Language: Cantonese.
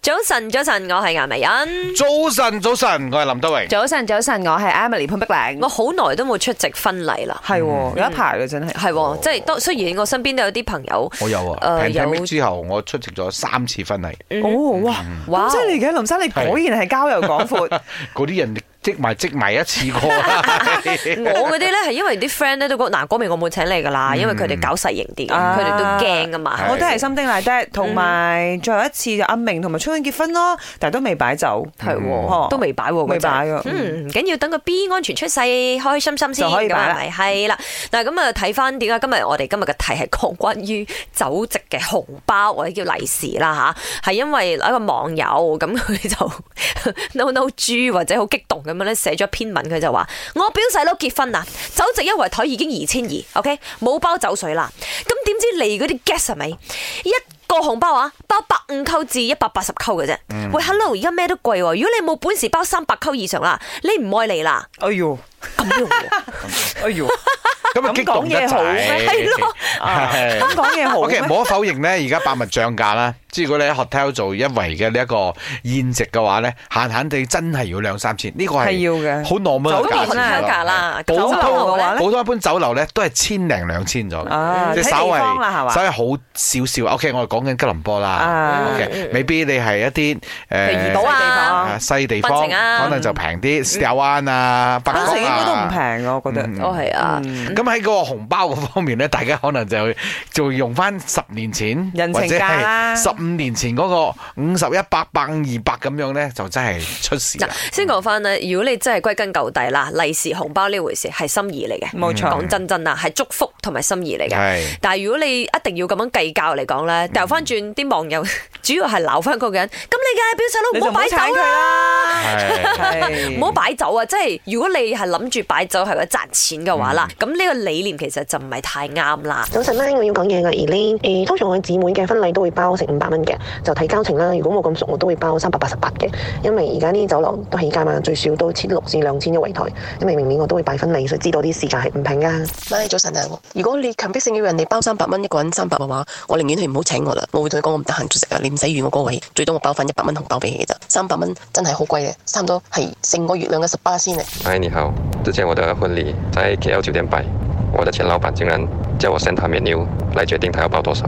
早晨，早晨，我係顏美 欣。早晨，早晨，我係林德榮。早晨，早晨，我係 Emily 潘碧我玲，好耐都冇出席婚禮啦，係喎，有一排嘅真係。係喎，即係當雖然我身邊都有啲朋 友，我有啊呃誒 p a 有之後我出席咗三次婚禮，嗯哦，哇，哇咁犀利嘅，林生你果然係交友廣 闊，嗰啲人積埋積埋一次過啊 啦。我嗰啲咧係因為啲 friend 咧都講嗱，嗰邊我冇請你噶啦，因為佢哋搞細型啲嘅，嗯啊佢哋都驚噶嘛。係我都係心丁奶爹，同埋最後一次就阿明同埋春欣結婚咯，但係都未擺酒，係哦喎，都未擺喎，未嗰陣擺啊嗯，唔緊要，等個 B 安全出世，開開心心先，就可以咁擺係啦咪？係啦，嗱咁啊，睇翻點解今日我哋今日嘅題係講關於酒席嘅紅包或者叫利是啦吓，係因為一個網友咁佢就 no no 豬或者好激動咁樣咧寫咗篇文，佢就話我表細佬結婚啦，酒席一圍台已經二千二，OK 冇包酒水啦，咁點知嚟嗰啲 guest 係咪一？個紅包啊，包百五扣至一百八十扣嘅啫。喂，hello，而家咩都貴喎。如果你冇本事包三百扣以上啦，你唔愛你啦。哎呦，咁 樣喎哎呦，咁啊咁激動得講嘢好咩啊係咯係咁講嘢好 OK，咩？冇可否認咧，而家百物漲價啦。即係如果你喺 hotel 做一圍嘅呢一個宴席嘅話咧，閒閒地真係要兩三千，呢個係係要嘅好 normal 酒嘅店價錢啦㗎價啦普酒通啊樓嘅話咧普通一般酒樓咧都係千零兩千咗嘅。啊，即睇係稍地為方啦，係嘛？稍為好少少。OK，我哋講緊吉隆坡啦啊。 OK，未必你係一啲譬如誒怡保啊哦啊，細地方，檳城啊可能就平啲，石灣啊，北角嗯檳城應該都唔啊。平嘅，我覺得。哦係啊，咁喺嗰個紅包嗰方面咧，大家可能就就用翻十年前人情或者價係啦十五年前嗰個五十一百百五二百咁樣咧，就真係出事嗱 啦。，嗯先講翻咧，如果你真係歸根究底啦，利是紅包呢回事係心意嚟嘅，冇錯講真真啊，係祝福同埋心意嚟嘅。係嗯但係如果你一定要咁樣計較嚟講咧，掉翻轉啲網友 主要係鬧翻嗰個人，咁你嘅表細佬唔你就唔好好擺酒踩佢啦。 啦，係。係唔好擺酒啊！即係如果你係諗住擺酒係為咗賺錢嘅話啦，嗯咁呢、個理念其實就唔係太啱啦。早晨啦，我要講嘢嘅 Elaine。誒，通常我姊妹嘅婚禮都會包成五百蚊嘅，就睇交情啦。如果冇咁熟，我都會包三百八十八嘅，因為而家啲酒樓都起價嘛，最少都千六至兩千一圍台。因為明年我都會擺婚禮，所以知道啲市價係唔平㗎。咪早晨啊！如果你強迫性要人哋包三百蚊一個人三百嘅話，我寧願佢唔好請我啦。我會同佢講我唔得閒出席啊，你唔使預我嗰位，最多我包翻一百蚊紅包俾你嘅咋。三百蚊真係好貴嘅，差唔多係成個月亮嘅十啊八先嚟。嗨，哎你好！之前我的婚礼在 KL 酒店摆，我的前老板竟然叫我 send 他 menu 来决定他要包多少。